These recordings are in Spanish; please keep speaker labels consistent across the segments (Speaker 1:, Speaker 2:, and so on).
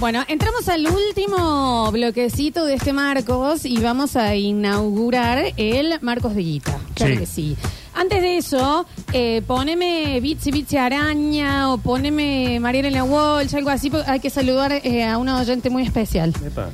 Speaker 1: Bueno, entramos al último bloquecito de este Marcos y vamos a inaugurar el Marcos de Guita. Claro
Speaker 2: Sí.
Speaker 1: que sí. Antes de eso, eh, poneme Bichi Bichi Araña o poneme Marielena Walsh, algo así, porque hay que saludar eh, a una oyente muy especial
Speaker 3: Epa.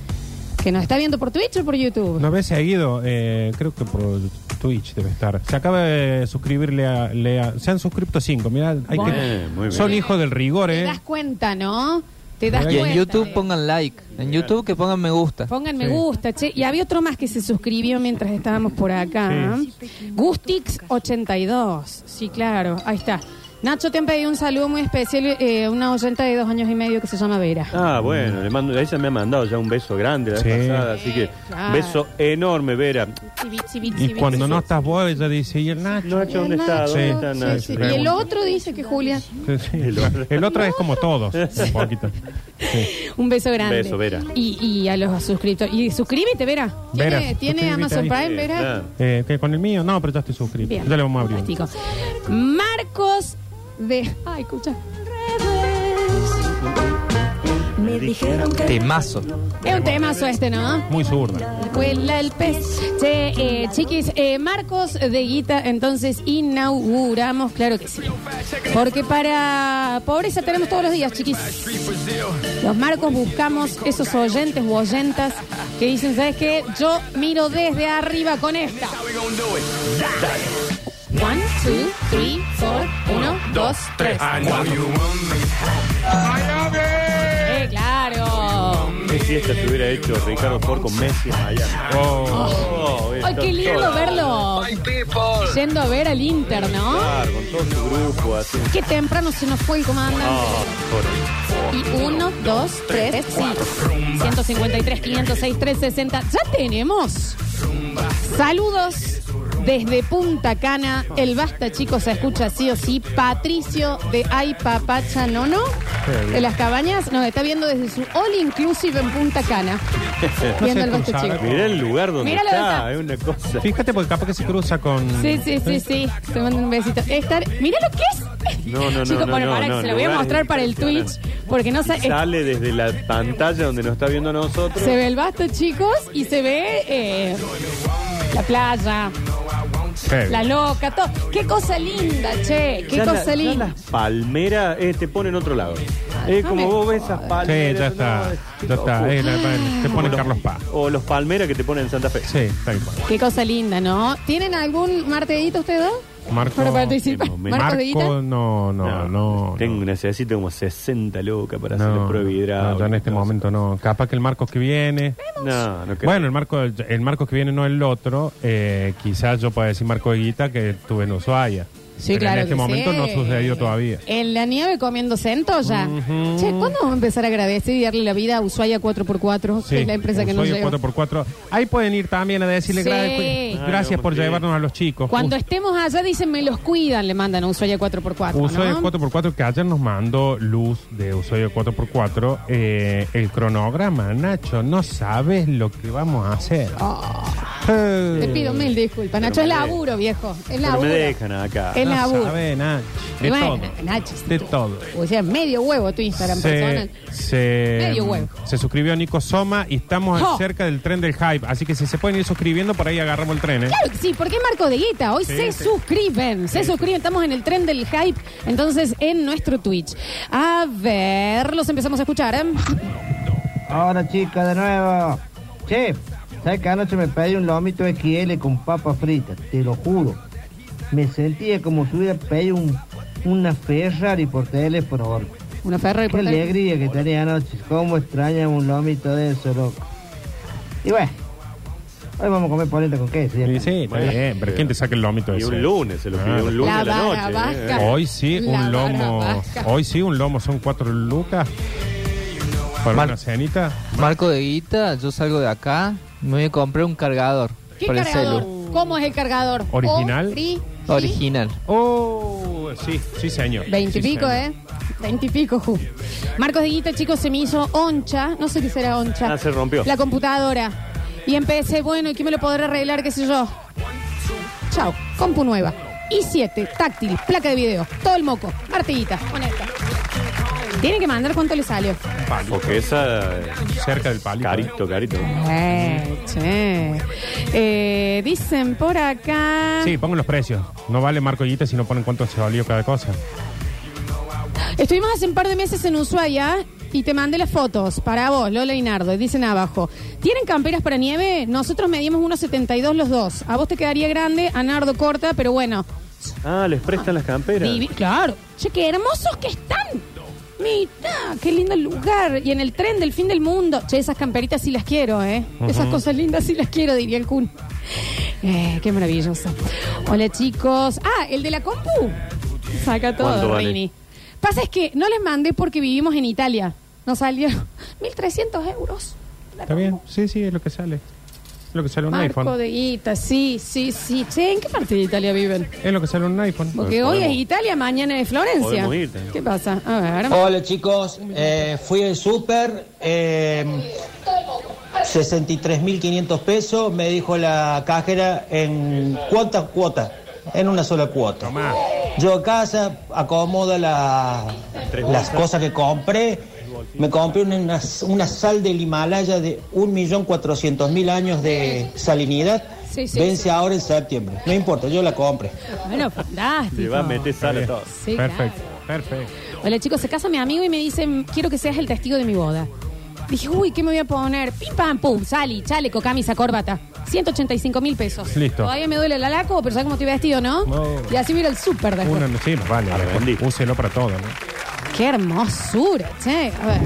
Speaker 1: que nos está viendo por Twitch o por YouTube.
Speaker 2: Una vez seguido, eh, creo que por Twitch debe estar. Se acaba de suscribir Lea. Lea- Se han suscrito cinco. Mirá, hay que-
Speaker 3: Bien, muy bien.
Speaker 2: son hijos del rigor,
Speaker 1: Te
Speaker 2: ¿eh?
Speaker 1: das cuenta, ¿no? Te das
Speaker 2: Y
Speaker 4: Y
Speaker 1: cuenta. eh.
Speaker 4: en YouTube
Speaker 1: de-
Speaker 4: pongan like. En YouTube que pongan me gusta.
Speaker 1: Pongan me
Speaker 2: Sí.
Speaker 1: gusta, che. Y había otro más que se suscribió mientras estábamos por acá. ¿eh? Gustix82. Sí, claro. Ahí está. Nacho, te han pedido un saludo muy especial. eh, una oyenta de dos años y medio que se llama Vera.
Speaker 3: Ah, bueno, le mando, ella me ha mandado ya un beso grande la vez
Speaker 2: Sí.
Speaker 3: pasada, así que
Speaker 1: Claro.
Speaker 3: beso enorme, Vera.
Speaker 1: Sí, sí, sí,
Speaker 2: Y
Speaker 1: sí,
Speaker 2: cuando
Speaker 1: sí.
Speaker 2: no eh, estás vos, ella dice, ¿y el Nacho?
Speaker 3: Nacho, ¿dónde
Speaker 1: Nacho,
Speaker 3: está? ¿Dónde
Speaker 2: Sí,
Speaker 3: está
Speaker 1: sí,
Speaker 3: Nacho?
Speaker 1: sí. Y el otro dice que Julián.
Speaker 2: Sí, sí. El otro es como todos, un poquito. Sí.
Speaker 1: Un beso grande.
Speaker 3: Beso, Vera.
Speaker 1: Y, y a los suscriptores. Y suscríbete, Vera. ¿Tiene,
Speaker 2: Vera,
Speaker 1: ¿tiene
Speaker 2: suscríbete
Speaker 1: Amazon
Speaker 2: ahí.
Speaker 1: Prime,
Speaker 3: Sí,
Speaker 1: Vera?
Speaker 3: claro.
Speaker 2: Eh, ¿que ¿Con el mío? No, pero ya estoy suscrito.
Speaker 1: Bien.
Speaker 2: Ya le vamos a abrir.
Speaker 1: Fantástico. Marcos de. Ay, escucha.
Speaker 5: Me dijeron que
Speaker 4: Temazo.
Speaker 1: Es un temazo este, ¿no?
Speaker 2: Muy zurda.
Speaker 1: Cuela el pez. Che, eh, chiquis, eh, Marcos de Guita, entonces inauguramos, claro que sí. Porque para pobreza tenemos todos los días, chiquis. Los Marcos buscamos esos oyentes u oyentas que dicen, ¿sabes qué? Yo miro desde arriba con esta. One, two, three, four, uno, dos, tres. Eh, claro.
Speaker 3: Qué fiesta se hubiera hecho Ricardo Ford con Messi en Miami. Oh,
Speaker 1: Ay, qué lindo verlo. Yendo a ver al Inter, ¿no?
Speaker 3: Claro, con todo su grupo, así.
Speaker 1: Qué temprano se nos fue el comandante.
Speaker 3: Oh, por-
Speaker 1: Y uno, dos, tres, sí. 153, 506, 360. Ya tenemos. Saludos desde Punta Cana. El basta, chicos, se escucha sí o sí. Patricio de Ay Papacha Nono. De las cabañas nos está viendo desde su all inclusive en Punta Cana. Viendo este el basta,
Speaker 2: cruzar.
Speaker 1: chicos.
Speaker 3: Mirá el lugar donde
Speaker 1: Mirá lo
Speaker 3: está,
Speaker 1: que
Speaker 3: es una cosa.
Speaker 2: Fíjate porque capaz que se cruza con...
Speaker 1: Sí, sí,
Speaker 2: ¿Eh?
Speaker 1: sí, sí. Te mando un besito. Estar, mira lo que es.
Speaker 3: No, no, no,
Speaker 1: Chicos,
Speaker 3: no,
Speaker 1: bueno,
Speaker 3: no,
Speaker 1: pará, que
Speaker 3: no,
Speaker 1: se lo voy a
Speaker 3: lugar
Speaker 1: mostrar para el Twitch.
Speaker 3: impresionante.
Speaker 1: Porque no sé.
Speaker 3: Sale desde la pantalla donde nos está viendo a nosotros.
Speaker 1: Se ve el basto, chicos, y se ve eh, la playa,
Speaker 2: Heavy.
Speaker 1: la loca, todo. Qué cosa linda, che, qué
Speaker 3: Ya la-
Speaker 1: cosa
Speaker 3: ya
Speaker 1: linda.
Speaker 3: las palmeras eh, te pone en otro lado. Es
Speaker 1: no
Speaker 3: como
Speaker 1: Ah, me
Speaker 3: vos ves esas
Speaker 2: Sí, ya
Speaker 3: palmeras. no,
Speaker 2: está.
Speaker 3: es-
Speaker 2: Ya está. Eh, la- la- te pone Carlos Paz.
Speaker 3: O los palmeras que te ponen en Santa Fe.
Speaker 2: Sí, tal cual.
Speaker 1: Qué cosa linda, ¿no? ¿Tienen algún martedito ustedes dos?
Speaker 2: Marco- eh,
Speaker 1: Para participar.
Speaker 3: de momento.
Speaker 1: Marco, de
Speaker 2: Marco,
Speaker 1: Guita.
Speaker 2: no, no, no.
Speaker 3: pues, Tengo,
Speaker 2: no.
Speaker 3: necesito como 60 locas para hacer
Speaker 2: No,
Speaker 3: los pruebas
Speaker 2: no, yo en este momento no. Capaz que el Marcos que viene.
Speaker 3: No, no creo.
Speaker 2: Bueno, el marco, el Marcos que viene no el otro. eh, quizás yo pueda decir Marco Guita que estuve en Ushuaia.
Speaker 1: Sí,
Speaker 2: Pero
Speaker 1: claro.
Speaker 2: En este
Speaker 1: que
Speaker 2: momento
Speaker 1: sí.
Speaker 2: no sucedió todavía.
Speaker 1: En la nieve comiendo centolla.
Speaker 2: Ujú.
Speaker 1: Che, ¿cuándo vamos a empezar a agradecer y darle la vida a Ushuaia 4x4?
Speaker 2: Sí,
Speaker 1: que es la empresa que nos
Speaker 2: Ushuaia
Speaker 1: lleva.
Speaker 2: 4x4. Ahí pueden ir también a decirle
Speaker 1: Sí.
Speaker 2: gra-
Speaker 3: Ay,
Speaker 2: gracias
Speaker 3: Ah, no,
Speaker 2: por
Speaker 3: sí.
Speaker 2: llevarnos a los chicos.
Speaker 1: Cuando estemos allá dicen me los cuidan, le mandan a Ushuaia 4x4. ¿no?
Speaker 2: Usuario 4x4 que ayer nos mandó Luz de Usuario 4x4 eh, el cronograma, Nacho, no sabes lo que vamos a hacer. Eh,
Speaker 1: Oh. Te pido mil disculpas, Nacho.
Speaker 3: Pero
Speaker 1: Es
Speaker 3: me
Speaker 1: laburo, viejo. Es
Speaker 3: Pero
Speaker 1: laburo. Eh.
Speaker 3: me dejan acá.
Speaker 1: Es
Speaker 2: no
Speaker 1: laburo.
Speaker 2: sabe, Nacho,
Speaker 1: Y
Speaker 2: de
Speaker 1: bueno,
Speaker 2: todo.
Speaker 1: Nacho, sí,
Speaker 2: de
Speaker 1: tú.
Speaker 2: todo.
Speaker 1: O sea, medio huevo tu Instagram personal.
Speaker 2: Se, se-
Speaker 1: Medio huevo. ¡Oh!
Speaker 2: se suscribió Nico Soma y estamos
Speaker 1: ¡Jo!
Speaker 2: cerca del tren del hype, así que si se pueden ir suscribiendo, por ahí agarramos el tren. ¿eh?
Speaker 1: Claro que sí, porque Marco de Guita, hoy
Speaker 2: Sí,
Speaker 1: se
Speaker 2: sí.
Speaker 1: suscriben, se suscriben, estamos en el tren del hype, entonces en nuestro Twitch. A ver, los empezamos a escuchar. ¿eh?
Speaker 6: Ahora chicas, de nuevo. Che, ¿sabes que anoche me pedí un lomito XL con papa frita? Te lo juro. Me sentía como si hubiera pedido un, una Ferrari por teléfono. boludo.
Speaker 1: Una Ferrari
Speaker 6: Qué
Speaker 1: por teléfono.
Speaker 6: alegría que tenía anoche. Cómo extraña un lomito de eso, loco. Y bueno, hoy vamos a comer polenta con queso. ya
Speaker 2: Sí,
Speaker 6: está.
Speaker 2: sí, está
Speaker 3: Bueno.
Speaker 2: bien, pero ¿quién te saca el lomito
Speaker 3: Y
Speaker 2: ese?
Speaker 3: un lunes se lo pide,
Speaker 2: Ah.
Speaker 3: un lunes
Speaker 1: La
Speaker 3: a la
Speaker 1: vara
Speaker 3: noche.
Speaker 1: vasca.
Speaker 3: eh.
Speaker 2: Hoy sí,
Speaker 1: La
Speaker 2: un
Speaker 1: vara
Speaker 2: lomo.
Speaker 1: vasca.
Speaker 2: Hoy sí, un lomo. Son cuatro lucas. Para
Speaker 4: Mar-
Speaker 2: una cenita.
Speaker 4: Marco de Guita, yo salgo de acá, me voy a comprar un cargador
Speaker 1: ¿Qué
Speaker 4: para el
Speaker 1: cargador?
Speaker 4: celu.
Speaker 1: ¿Cómo es el cargador?
Speaker 2: ¿Original?
Speaker 1: Ori-
Speaker 4: Original.
Speaker 2: Oh, sí, sí, señor.
Speaker 1: Veintipico, ¿eh? Veintipico, ju. Marcos Dieguito, chicos, se me hizo oncha. No sé qué será oncha.
Speaker 3: Ah, se rompió.
Speaker 1: La computadora. Y empecé, bueno, ¿y qué me lo podré arreglar? ¿Qué sé yo? Chao, compu nueva. i7, táctil, placa de video, todo el moco, artillita, honesta. Tiene que mandar cuánto le salió.
Speaker 2: palito.
Speaker 3: Porque esa. eh,
Speaker 2: Cerca del palito.
Speaker 3: Carito, carito.
Speaker 1: Eh, che. Eh, dicen por acá.
Speaker 2: Sí, pongan los precios. No vale Marco Yita si no ponen cuánto se valió cada cosa.
Speaker 1: Estuvimos hace un par de meses en Ushuaia y te mandé las fotos para vos, Lola y Nardo. Y dicen abajo, ¿tienen camperas para nieve? Nosotros medimos 1,72 los dos. A vos te quedaría grande, a Nardo corta, pero bueno.
Speaker 3: Ah, les prestan las camperas.
Speaker 1: Divi- claro. Che, qué hermosos que están. Mira, qué lindo el lugar. Y en el tren del fin del mundo. Che, esas camperitas sí las quiero, ¿eh? Esas cosas lindas sí las quiero, diría el Kun. Eh, qué maravilloso. Hola, chicos. Ah, el de la compu. Saca
Speaker 3: ¿Cuánto
Speaker 1: todo,
Speaker 3: vale?
Speaker 1: Rini. Pasa es que no les mandé porque vivimos en Italia. Nos salieron 1.300 euros. La
Speaker 2: Está bien. Sí, sí, es lo que sale. Es lo que sale un
Speaker 1: Marco
Speaker 2: iPhone.
Speaker 1: de Ita, sí, sí, sí. Che, ¿en qué parte de Italia viven?
Speaker 2: Es lo que sale un iPhone.
Speaker 1: Porque hoy es
Speaker 3: podemos-
Speaker 1: Italia, mañana es Florencia.
Speaker 3: podemos ir, tenemos. Oh.
Speaker 1: ¿Qué pasa? A ver.
Speaker 7: Hola chicos, Eh, fui al súper, eh, 63.500 pesos, me dijo la cajera en cuántas cuotas, en una sola cuota.
Speaker 2: Tomá.
Speaker 7: Yo a casa acomodo la- las cosas que compré, me compré una, una sal del Himalaya de 1.400.000 años de salinidad,
Speaker 1: Sí, sí,
Speaker 7: vence
Speaker 1: sí.
Speaker 7: ahora en septiembre, no importa, yo la compré.
Speaker 1: Bueno, fantástico.
Speaker 3: Le va a meter sal a todo.
Speaker 1: Sí,
Speaker 2: perfecto,
Speaker 1: claro.
Speaker 2: perfecto.
Speaker 1: Hola chicos, se casa mi amigo y me dicen, quiero que seas el testigo de mi boda. Dije, uy, ¿qué me voy a poner? Pim, pam, pum, sali, chaleco, camisa, corbata. 185 mil pesos.
Speaker 2: Listo.
Speaker 1: Todavía me duele el alaco, pero ¿sabes cómo estoy vestido, no?
Speaker 2: No.
Speaker 1: Y así mira el súper después.
Speaker 2: Uno, sí, nos vale. después
Speaker 3: Aprendí.
Speaker 2: Úselo para todo, ¿no?
Speaker 1: Qué hermosura, che. A ver,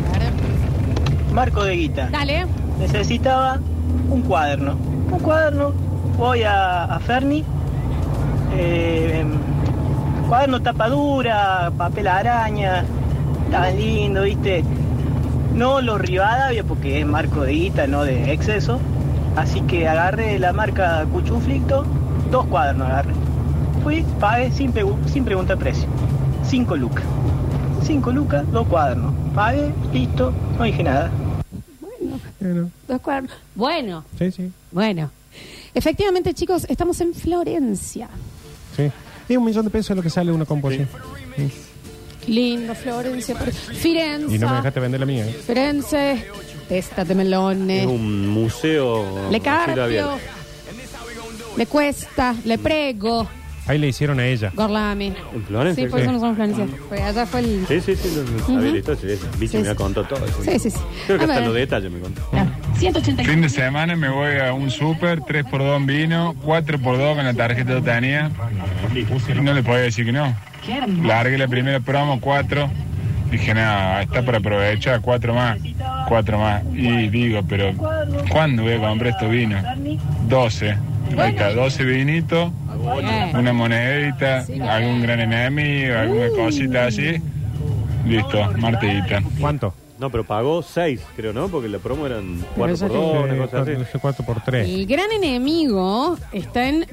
Speaker 8: Marco de Guita.
Speaker 1: dale.
Speaker 8: Necesitaba un cuaderno. Un cuaderno. Voy a, a Ferni. eh, em, cuaderno tapadura, papel araña. Tan lindo, ¿viste? No los Rivadavia porque es Marco de Guita, no de exceso. Así que agarré la marca Cuchuflicto. Dos cuadernos agarré. Fui, pagué sin, pregu- sin preguntar precio. Cinco lucas. Cinco lucas, dos cuadernos. Pagué, listo, no dije nada.
Speaker 2: Bueno,
Speaker 1: Dos cuadernos. Bueno,
Speaker 2: sí, sí,
Speaker 1: bueno. Efectivamente, chicos, estamos en Florencia.
Speaker 2: sí. Y un millón de pesos es lo que sale una composición.
Speaker 1: Lindo, Florencia. por- Firenze.
Speaker 2: Y no me dejaste vender la mía. ¿eh?
Speaker 1: Firenze. Testa de melones.
Speaker 3: Es un museo.
Speaker 1: Le
Speaker 3: a cielo
Speaker 1: carpio,
Speaker 3: abierto.
Speaker 1: le cuesta, le prego,
Speaker 2: Ahí le hicieron a ella.
Speaker 1: Gorlami.
Speaker 3: ¿En Florencia?
Speaker 1: Sí, por
Speaker 3: Sí.
Speaker 1: eso no son Florencia. Fue- allá fue el.
Speaker 3: Sí, sí, sí. lo- lo
Speaker 1: Ujú.
Speaker 3: sabía la historia, sí, sí. Vichy
Speaker 1: Sí,
Speaker 3: me
Speaker 1: sí.
Speaker 3: ha contado todo. eso.
Speaker 1: Sí, sí, sí.
Speaker 3: Creo que
Speaker 1: A
Speaker 3: hasta
Speaker 1: ver.
Speaker 3: los detalles me contó.
Speaker 1: Claro. 180.
Speaker 9: Fin de semana me voy a un súper, 3x2 en vino, 4x2 con la tarjeta que tenía. Y no le podía decir que no. Largué la primera promo, 4. Dije, no, está para aprovechar, 4 más, 4 más. Y digo, pero ¿cuándo voy a comprar estos vinos? 12. Ahí está, 12 vinitos,
Speaker 1: Bien.
Speaker 9: una monedita, algún gran enemigo, alguna cosita así. Listo, martillita.
Speaker 2: ¿Cuánto?
Speaker 3: No, pero pagó seis, creo, ¿no? Porque la promo eran cuatro
Speaker 1: esa
Speaker 3: por dos, una
Speaker 2: Eh,
Speaker 3: cosa así.
Speaker 2: cuatro, cuatro por tres.
Speaker 1: El gran enemigo está en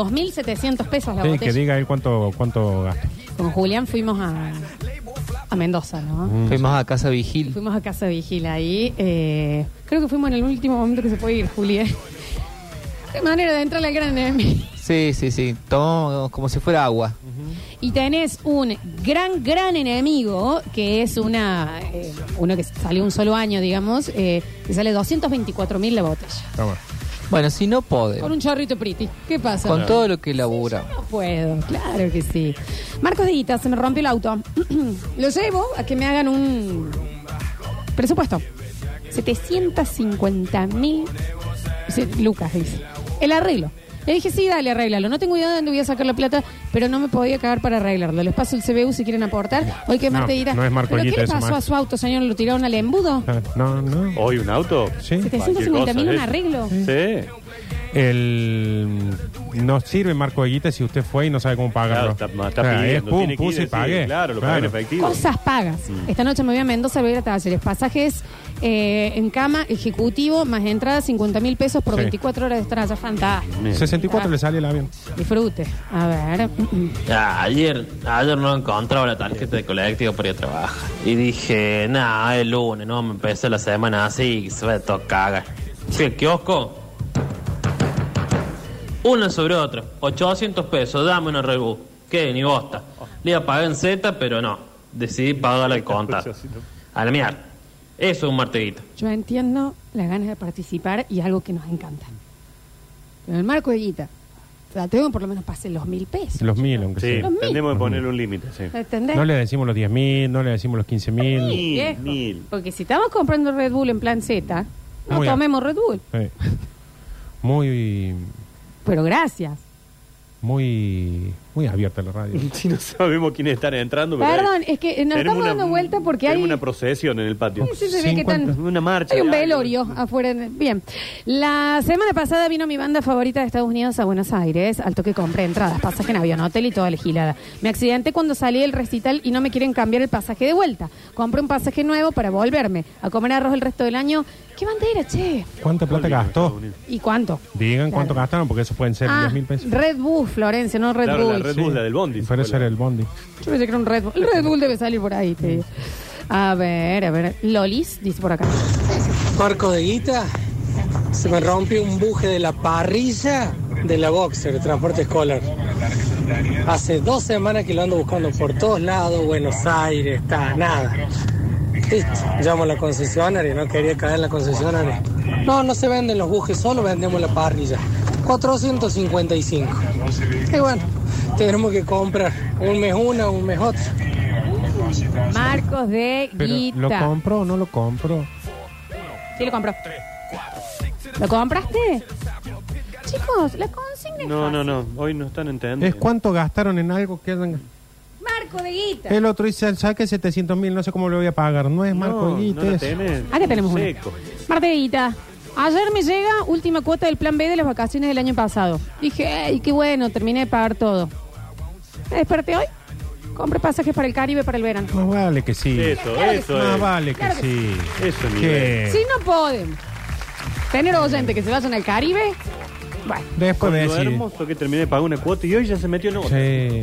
Speaker 1: 22.700 pesos la
Speaker 2: Sí, que
Speaker 1: botella.
Speaker 2: diga él cuánto, cuánto gasta.
Speaker 1: Con Julián fuimos a, a Mendoza, ¿no?
Speaker 4: Fuimos a casa
Speaker 1: Y
Speaker 4: vigil.
Speaker 1: Fuimos a casa de vigila ahí. eh, creo que fuimos en el último momento que se puede ir, Juli. ¿eh? Qué manera de entrar al gran enemigo.
Speaker 4: Sí, sí, sí. Tomamos como si fuera agua.
Speaker 1: Y tenés un gran, gran enemigo, que es una eh, uno que salió un solo año, digamos, eh, que sale 224 mil la botella.
Speaker 2: Toma.
Speaker 4: Bueno, si no podemos,
Speaker 1: Con un chorrito pretty. ¿Qué pasa?
Speaker 4: con todo lo que labura.
Speaker 1: No puedo, claro que sí. Marcos de Guita, se me rompió el auto. Lo llevo a que me hagan un presupuesto. 750 mil lucas, dice. El arreglo. Le dije, sí, dale, arréglalo. No tengo idea de dónde voy a sacar la plata, pero no me podía cagar para arreglarlo. Les paso el CBU si quieren aportar. Hoy que
Speaker 2: No,
Speaker 1: Marte dirá,
Speaker 2: no es Marco
Speaker 1: ¿Pero qué
Speaker 2: Guita
Speaker 1: le
Speaker 2: eso,
Speaker 1: pasó
Speaker 2: Mar-
Speaker 1: a su auto, señor? ¿Lo tiraron al embudo?
Speaker 2: Ah, No, no.
Speaker 3: ¿Hoy un auto?
Speaker 2: Sí.
Speaker 3: Cualquier
Speaker 1: 750 mil
Speaker 3: cosa,
Speaker 1: un
Speaker 3: ¿eh?
Speaker 1: arreglo.
Speaker 3: Sí.
Speaker 2: El, no sirve Marco Aguita si usted fue y no sabe cómo pagarlo.
Speaker 3: Claro, está, está
Speaker 2: O sea,
Speaker 3: pidiendo.
Speaker 2: es pum,
Speaker 3: tiene que ir,
Speaker 2: puse y
Speaker 3: sí,
Speaker 2: pagué.
Speaker 3: Claro, lo pagué en efectivo.
Speaker 1: Cosas pagas. Esta noche me voy a Mendoza, voy a ir a talleres. Pasajes eh, en cama, ejecutivo, más entrada, 50 mil pesos por
Speaker 2: Sí.
Speaker 1: 24 horas de estrella. Fantástico.
Speaker 2: 64
Speaker 1: Ah.
Speaker 2: le sale el avión.
Speaker 1: Disfrute. A ver. mm, mm.
Speaker 10: ayer, ayer no encontraba la tarjeta de colectivo para ir a trabajar. Y dije, nah, es lunes, no, me empecé la semana así, se va a todo cagar. Fui al kiosco. Uno sobre otro, 800 pesos, dame una rebú. ¿Qué? Ni bosta. Le iba a pagar en Z, pero no. Decidí pagarla al contar. A la mierda. Eso es un martillito.
Speaker 1: Yo entiendo las ganas de participar y algo que nos encanta. Pero en el marco de guita, tratemos por lo menos pase los mil pesos.
Speaker 2: Los mil, aunque
Speaker 3: Sí,
Speaker 2: sea.
Speaker 1: Los mil.
Speaker 3: tendemos que ponerle un límite, sí.
Speaker 1: ¿Me entendés?
Speaker 2: No le decimos los 10 mil, no le decimos los 15 mil.
Speaker 1: Sí, viejo.
Speaker 3: mil.
Speaker 1: Porque si estamos comprando Red Bull en plan Z, no
Speaker 2: Muy bien.
Speaker 1: tomemos Red Bull.
Speaker 2: Muy,
Speaker 1: Pero gracias.
Speaker 2: muy, muy abierta la radio.
Speaker 3: Si no sabemos quiénes están entrando. pero
Speaker 1: Perdón,
Speaker 3: hay-
Speaker 1: es que nos
Speaker 3: tenemos
Speaker 1: estamos dando vuelta porque hay...
Speaker 3: tenemos una procesión en el patio.
Speaker 1: Sí, se ve que tan-
Speaker 2: 50.
Speaker 3: Una marcha.
Speaker 1: Hay un
Speaker 3: de algo.
Speaker 1: velorio afuera. de- Bien. La semana pasada vino mi banda favorita de Estados Unidos a Buenos Aires, al toque compré entradas, pasaje en avión, hotel y toda la gilada. Me accidenté cuando salí del recital y no me quieren cambiar el pasaje de vuelta. Compré un pasaje nuevo para volverme a comer arroz el resto del año. ¿Qué banda era, che?
Speaker 2: ¿Cuánta plata gastó?
Speaker 1: ¿Y cuánto?
Speaker 2: Digan cuánto
Speaker 1: Claro.
Speaker 2: gastaron, porque eso pueden ser
Speaker 1: Ah,
Speaker 2: 10 mil pesos.
Speaker 1: Red Bull, Florencia, no Red
Speaker 3: Claro,
Speaker 1: Bull.
Speaker 3: la Red Bull, la del Bondi.
Speaker 2: Para
Speaker 3: fue
Speaker 2: ser
Speaker 3: la-
Speaker 2: el bondi.
Speaker 1: Yo pensé que era un Red Bull. El Red Bull debe salir por ahí, te digo.
Speaker 3: Mm.
Speaker 1: A ver, a ver. Lolis, dice por acá.
Speaker 11: Marco de Guita, se me rompió un buje de la parrilla de la Boxer de transporte escolar. Hace dos semanas que lo ando buscando por todos lados, Buenos Aires, está, nada. Listo, llamo a la concesionaria, no quería caer en la concesionaria. No, no se venden los bujes, solo vendemos la parrilla. 455. Y bueno, tenemos que comprar un mes una, un mes otra.
Speaker 1: Marcos de
Speaker 2: Pero,
Speaker 1: Guita.
Speaker 2: ¿lo compro o no lo compro?
Speaker 1: Sí, lo compró. ¿Lo compraste? Chicos, la consigna es
Speaker 3: No, no,
Speaker 1: fácil.
Speaker 3: no. Hoy no están
Speaker 2: ¿Es
Speaker 3: entendiendo.
Speaker 2: cuánto gastaron en algo que hayan-
Speaker 1: Marco de guita.
Speaker 2: El otro dice, saque 700 mil, no sé cómo lo voy a pagar. No es Marco
Speaker 3: no,
Speaker 2: Guita,
Speaker 3: no la
Speaker 2: es-
Speaker 3: tenés.
Speaker 1: Acá Ah, tenemos una.
Speaker 3: Seco.
Speaker 1: Marta de guita. Ayer me llega última cuota del plan B de las vacaciones del año pasado. Dije, ¡ay, qué bueno! Terminé de pagar todo. Me desperté hoy. Compré pasajes para el Caribe para el verano.
Speaker 2: Más vale que sí.
Speaker 3: Eso,
Speaker 1: Claro que
Speaker 3: eso
Speaker 2: Más
Speaker 3: es.
Speaker 2: vale que
Speaker 1: Claro que
Speaker 2: sí.
Speaker 3: Eso es
Speaker 2: Que-
Speaker 1: Si no pueden tener oyentes que se vayan al Caribe, bueno.
Speaker 2: Después
Speaker 3: Con
Speaker 2: de
Speaker 3: lo
Speaker 2: decir.
Speaker 3: hermoso que terminé de pagar una cuota y hoy ya se metió en otra.
Speaker 2: Sí.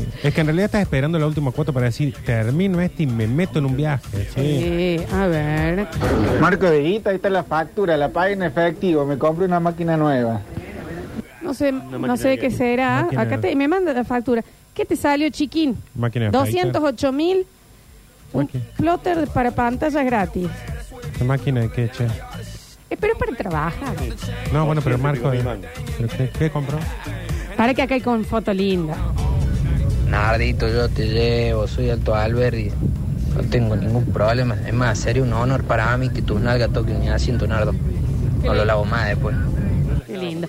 Speaker 2: Sí. Es que en realidad estás esperando la última cuota para decir, termino este y me meto en un viaje. Sí.
Speaker 1: eh, a ver.
Speaker 12: Marco de Guita, ahí está la factura, la paga en efectivo, me compro una máquina nueva.
Speaker 1: No sé, no sé
Speaker 3: maquinaria.
Speaker 1: qué será.
Speaker 2: Máquina.
Speaker 1: Acá te, me manda la factura. ¿Qué te salió, chiquín?
Speaker 2: Máquina de
Speaker 1: 208 mil. Un
Speaker 2: Máquina.
Speaker 1: plotter para pantallas gratis.
Speaker 2: ¿Qué máquina de qué, che?
Speaker 1: Eh, Pero es para trabajar.
Speaker 2: No, bueno, pero
Speaker 3: Siempre
Speaker 2: Marco.
Speaker 3: digo,
Speaker 2: de-
Speaker 3: mi manga.
Speaker 2: ¿pero qué, qué compró?
Speaker 1: Para que acá hay con foto linda.
Speaker 11: Nardito, yo te llevo, soy Alto Alberdi. No tengo ningún problema. Es más, sería un honor para mí que tus nalgas toquen mi asiento, Nardo. No lo lavo más después.
Speaker 1: Qué lindo.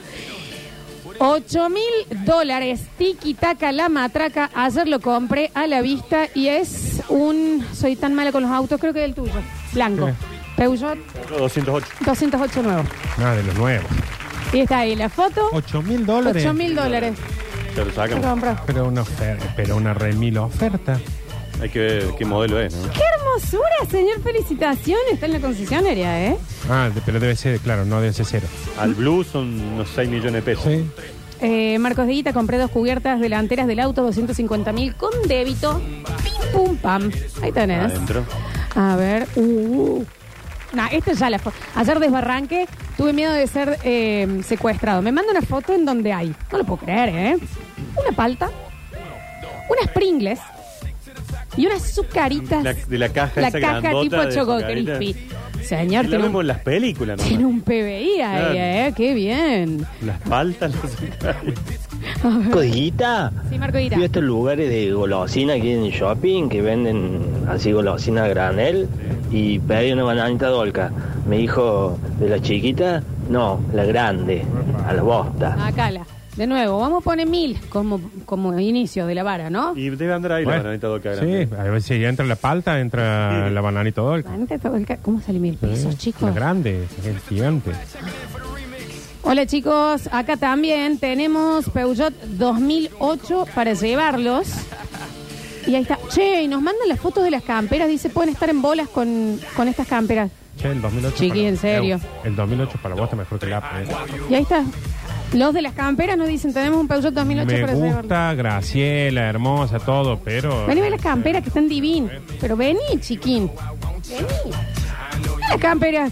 Speaker 1: 8 mil dólares. Tiki taca la matraca. Ayer lo compré a la vista y es un. Soy tan mala con los autos, creo que es el tuyo. Blanco.
Speaker 2: Sí.
Speaker 1: Peugeot
Speaker 3: 208.
Speaker 1: 208 nuevo.
Speaker 2: Nada, de los nuevos.
Speaker 1: Y está ahí la foto.
Speaker 2: 8 mil dólares.
Speaker 1: 8 mil dólares.
Speaker 3: Ya lo
Speaker 1: Lo
Speaker 3: sacamos.
Speaker 1: compró.
Speaker 2: Pero una, ofer- pero una remil oferta.
Speaker 3: Hay que ver qué modelo es, ¿no?
Speaker 1: ¡Qué hermosura, señor! Felicitaciones. Está en la concesionaria, ¿eh?
Speaker 2: Ah, de- pero debe ser, claro, no debe ser cero.
Speaker 3: Al Blue son unos 6 millones de pesos.
Speaker 2: Sí.
Speaker 1: Eh, Marcos de Guita, compré dos cubiertas delanteras del auto, 250 mil con débito. ¡Pim, pum, pam! Ahí tenés.
Speaker 3: Adentro.
Speaker 1: A ver. Uh. Nah, esta ya la foto. Ayer desbarranque, tuve miedo de ser eh, secuestrado. Me manda una foto en donde hay. No lo puedo creer, ¿eh? Una palta, unas pringles y unas azucaritas.
Speaker 3: La- de la caja
Speaker 1: La
Speaker 3: esa
Speaker 1: caja
Speaker 3: grandota
Speaker 1: tipo
Speaker 3: de
Speaker 1: Choco
Speaker 3: azucaritas.
Speaker 1: Crispy. Señor,
Speaker 3: Lo
Speaker 1: tiene un
Speaker 3: vemos en las películas, ¿no?
Speaker 1: Tiene un PBI ahí,
Speaker 3: Claro.
Speaker 1: ¿eh? ¡Qué bien!
Speaker 3: Las paltas las sacamos.
Speaker 13: Codillita,
Speaker 1: Sí, Marco Guita.
Speaker 13: fui a estos lugares de golosina aquí en el shopping que venden así golosina a granel y pedí una bananita dolca. Me dijo, ¿de la chiquita? No, la grande, a la bosta.
Speaker 1: Acá la. De nuevo, vamos a poner mil como, como inicio de la vara, ¿no?
Speaker 3: Y debe andar ahí
Speaker 2: Bueno,
Speaker 3: la bananita doca grande.
Speaker 2: Sí, a ver si entra la palta, entra
Speaker 3: Sí.
Speaker 2: la bananita dolca.
Speaker 1: Bananita dolca, ¿Cómo sale mil pesos, chicos?
Speaker 2: Es grande, es gigante.
Speaker 1: Hola, chicos. Acá también tenemos Peugeot 2008 para llevarlos. Y ahí está. Che, y nos mandan las fotos de las camperas. Dice, pueden estar en bolas con, con estas camperas.
Speaker 2: Che, el 2008.
Speaker 1: Chiqui,
Speaker 2: para-
Speaker 1: en serio.
Speaker 2: El 2008 para vos está mejor que la Apple, eh.
Speaker 1: Y ahí está. Los de las camperas nos dicen, tenemos un Peugeot 2008
Speaker 2: Me
Speaker 1: para llevarlos.
Speaker 2: gusta, Graciela, hermosa, todo, pero.
Speaker 1: Vení a ver las camperas que están divinas. Pero vení, chiquín. Vení. Mirá Las camperas.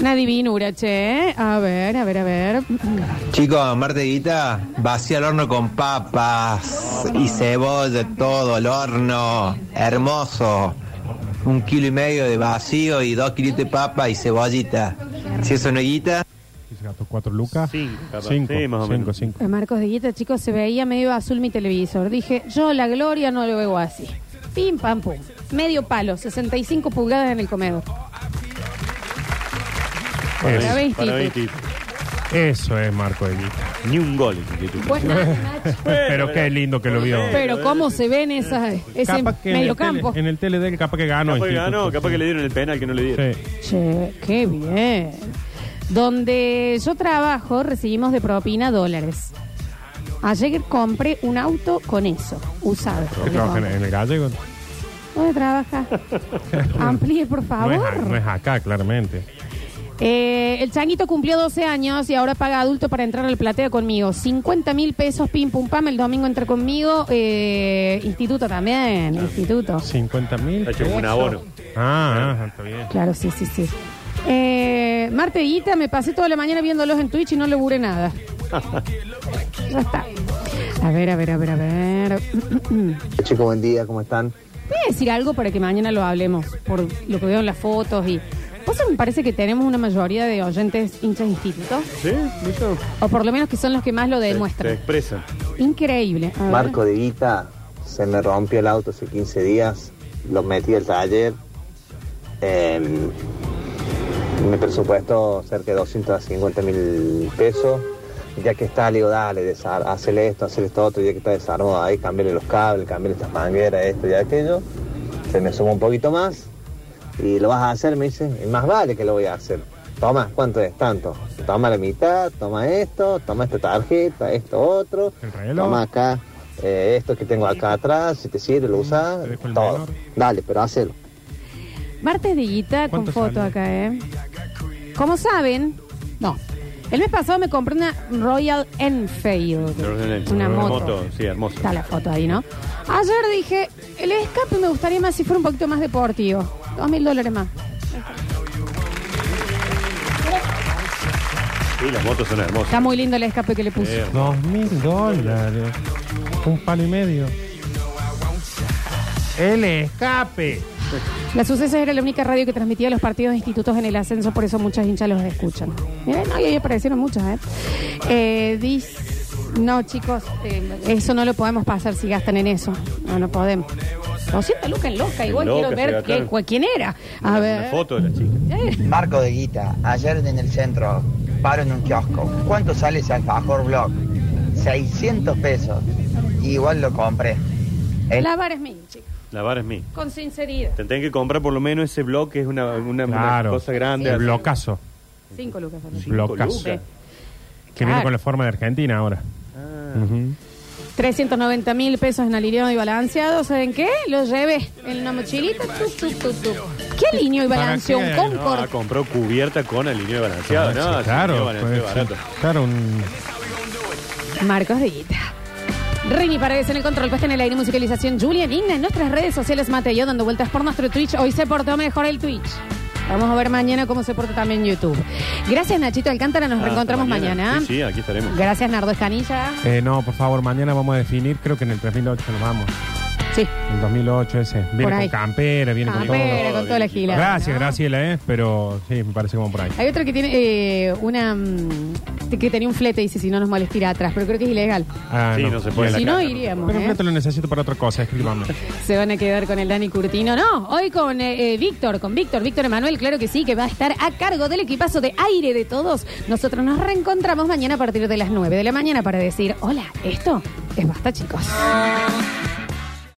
Speaker 1: Una divinura, che. ¿eh? A ver, a ver, a ver. Mm.
Speaker 11: Chicos, Marteguita, vacía el horno con papas y cebolla, todo el horno. Hermoso.
Speaker 14: un kilo y medio de vacío y dos kilitos de papa y cebollita. Si eso no es guita.
Speaker 2: Se gastó cuatro lucas. Cinco,
Speaker 3: capaz.
Speaker 2: cinco,
Speaker 3: Sí, más o
Speaker 2: cinco,
Speaker 3: menos.
Speaker 2: cinco.
Speaker 1: A Marcos de Guita, chicos, se veía medio azul mi televisor. Dije, yo la gloria no lo veo así. Pim, pam, pum. Medio palo, 65 pulgadas en el comedor.
Speaker 2: Eso.
Speaker 1: Para
Speaker 3: Para
Speaker 1: ver,
Speaker 3: Tito.
Speaker 2: Eso es Marco de Guita.
Speaker 3: Ni un gol. Tito.
Speaker 1: Bueno, Nacho.
Speaker 2: Pero qué lindo que lo vio.
Speaker 1: Pero cómo se ven esas, ese
Speaker 2: Capaz que en el
Speaker 1: medio campo.
Speaker 2: tele- En el tele de él, capaz que ganó.
Speaker 3: Capaz que
Speaker 2: Instituto.
Speaker 3: ganó, capaz que le dieron el penal que no le dieron.
Speaker 1: Che, qué bien. Donde yo trabajo recibimos de propina dólares. Ayer compré un auto con eso, usado.
Speaker 2: ¿Qué trabaja en, en el gallego?
Speaker 1: ¿Dónde trabaja? Amplíe, por
Speaker 2: No
Speaker 1: favor.
Speaker 2: es, a- no es acá, claramente.
Speaker 1: Eh, el changuito cumplió 12 años y ahora paga adulto para entrar al plateo conmigo. 50 mil pesos, pim pum pam, el domingo entra conmigo. eh, instituto también, instituto.
Speaker 2: 50 mil.
Speaker 3: hecho como un abono.
Speaker 2: Ah, ah, está bien.
Speaker 1: Claro, sí, sí, sí. Eh, Marte Guita, me pasé toda la mañana viéndolos en Twitch y no le buré nada. Ya está. A ver, a ver, a ver, a ver. ¿Puedes
Speaker 15: Chicos, buen día, ¿cómo están?
Speaker 1: decir algo para que mañana lo hablemos? Por lo que veo en las fotos y. Por eso me parece que tenemos una mayoría de oyentes hinchas de instituto.
Speaker 3: Sí, mucho.
Speaker 1: O por lo menos que son los que más lo
Speaker 15: Te
Speaker 1: demuestran.
Speaker 3: expresan.
Speaker 1: Increíble. A ver.
Speaker 15: Marco de Guita, se me rompió el auto hace 15 días, lo metí al taller, eh, me presupuesto cerca de 250 mil pesos, ya que está, le digo, dale, desar- hacele esto, hacele esto otro, ya que está desarmado ahí, cambiarle los cables, cambiarle estas mangueras, esto y aquello, se me suma un poquito más, y lo vas a hacer, me dice, y más vale que lo voy a hacer. Toma, ¿cuánto es? Tanto. Toma la mitad, toma esto, toma esta tarjeta, esto otro. Toma acá, eh, esto que tengo acá atrás, si te sirve, lo usas, todo. Dale, pero hazlo.
Speaker 1: Martes de Guita con
Speaker 15: ¿Cuánto
Speaker 1: foto
Speaker 15: sale?
Speaker 1: acá, ¿eh? Como saben, no. El mes pasado me compré una Royal Enfield. Una moto.
Speaker 3: Sí, hermoso.
Speaker 1: Está la foto ahí, ¿no? Ayer dije, el escape me gustaría más si fuera un poquito más deportivo. Dos mil dólares más.
Speaker 3: Sí, las motos son hermosas.
Speaker 1: Está muy lindo el escape que le
Speaker 2: Sí,
Speaker 1: puse.
Speaker 2: Dos mil dólares. Un palo y medio. El escape.
Speaker 1: La Sucesos era la única radio que transmitía los partidos de institutos en el ascenso, por eso muchas hinchas los escuchan. Miren, no, y ahí aparecieron muchas, ¿eh? Eh, dis- No, chicos, eh, eso no lo podemos pasar si gastan en eso. No, no podemos. 200 lucas en loca,
Speaker 16: En
Speaker 1: igual
Speaker 16: loca
Speaker 1: quiero
Speaker 16: se
Speaker 1: ver
Speaker 16: gastaron.
Speaker 1: qué- cuál- quién era. A ver.
Speaker 3: foto de la chica.
Speaker 16: Marco de Guita, ayer en el centro, paro en un kiosco. ¿Cuánto sale ese alfajor blog? 600 pesos. Igual lo compré. El-
Speaker 1: La vara es mía, chicos,
Speaker 3: La vara es mía.
Speaker 1: con sinceridad.
Speaker 3: Te tenés que comprar por lo menos ese bloque, es una, una, una
Speaker 2: Claro.
Speaker 3: cosa grande.
Speaker 2: El
Speaker 3: así.
Speaker 2: blocazo.
Speaker 1: Cinco lucas. Fernando.
Speaker 2: Cinco Blocazo. lucas. Que
Speaker 1: Claro.
Speaker 2: viene con la forma de Argentina ahora. Ujú.
Speaker 1: 390 mil pesos en alineado y balanceado. ¿Saben qué? Lo llevé en una mochilita. tu, tu, tu, tu. ¿Qué alineado y balanceo? Un Concord.
Speaker 3: No, ah, compró cubierta con alineo balanceado,
Speaker 2: Ah, Sí,
Speaker 3: ¿no? sí, alineo
Speaker 2: claro,
Speaker 3: balanceado
Speaker 2: pues,
Speaker 3: barato.
Speaker 2: claro, un-
Speaker 1: Marcos de Guita. Rini Paredes en el control, puesta en el aire, musicalización. Julian Igna en nuestras redes sociales, Mateo, dando vueltas por nuestro Twitch. Hoy se portó mejor el Twitch. Vamos a ver mañana cómo se porta también YouTube. Gracias, Nachito Alcántara. Nos
Speaker 3: Ah,
Speaker 1: reencontramos
Speaker 3: hasta
Speaker 1: mañana.
Speaker 3: Sí, sí, aquí estaremos.
Speaker 1: Gracias, Nardo Escanilla.
Speaker 2: Eh, no, por favor, mañana vamos a definir. Creo que en el 3008 nos vamos.
Speaker 1: Sí.
Speaker 2: El 2008 ese. Viene
Speaker 1: Por ahí.
Speaker 2: con campera, viene
Speaker 1: Campera,
Speaker 2: con todo.
Speaker 1: con toda la gila,
Speaker 2: Gracias,
Speaker 1: ¿no?
Speaker 2: Graciela, eh, pero sí, me parece como por ahí.
Speaker 1: Hay otro que tiene eh, una. mm, que tenía un flete, dice, si no nos molestirá atrás, pero creo que es ilegal.
Speaker 2: Ah,
Speaker 3: Sí, no se puede
Speaker 1: Si en la no, calle, no se iríamos, puede.
Speaker 2: Pero
Speaker 1: ¿eh?
Speaker 2: fíjate, lo necesito para otra cosa, escríbame.
Speaker 1: Se van a quedar con el Dani Curtino. No, hoy con eh, eh, Víctor, con Víctor, Víctor Emanuel, claro que sí, que va a estar a cargo del equipazo de aire de todos. Nosotros nos reencontramos mañana a partir de las 9 de la mañana para decir, hola, esto es basta, chicos.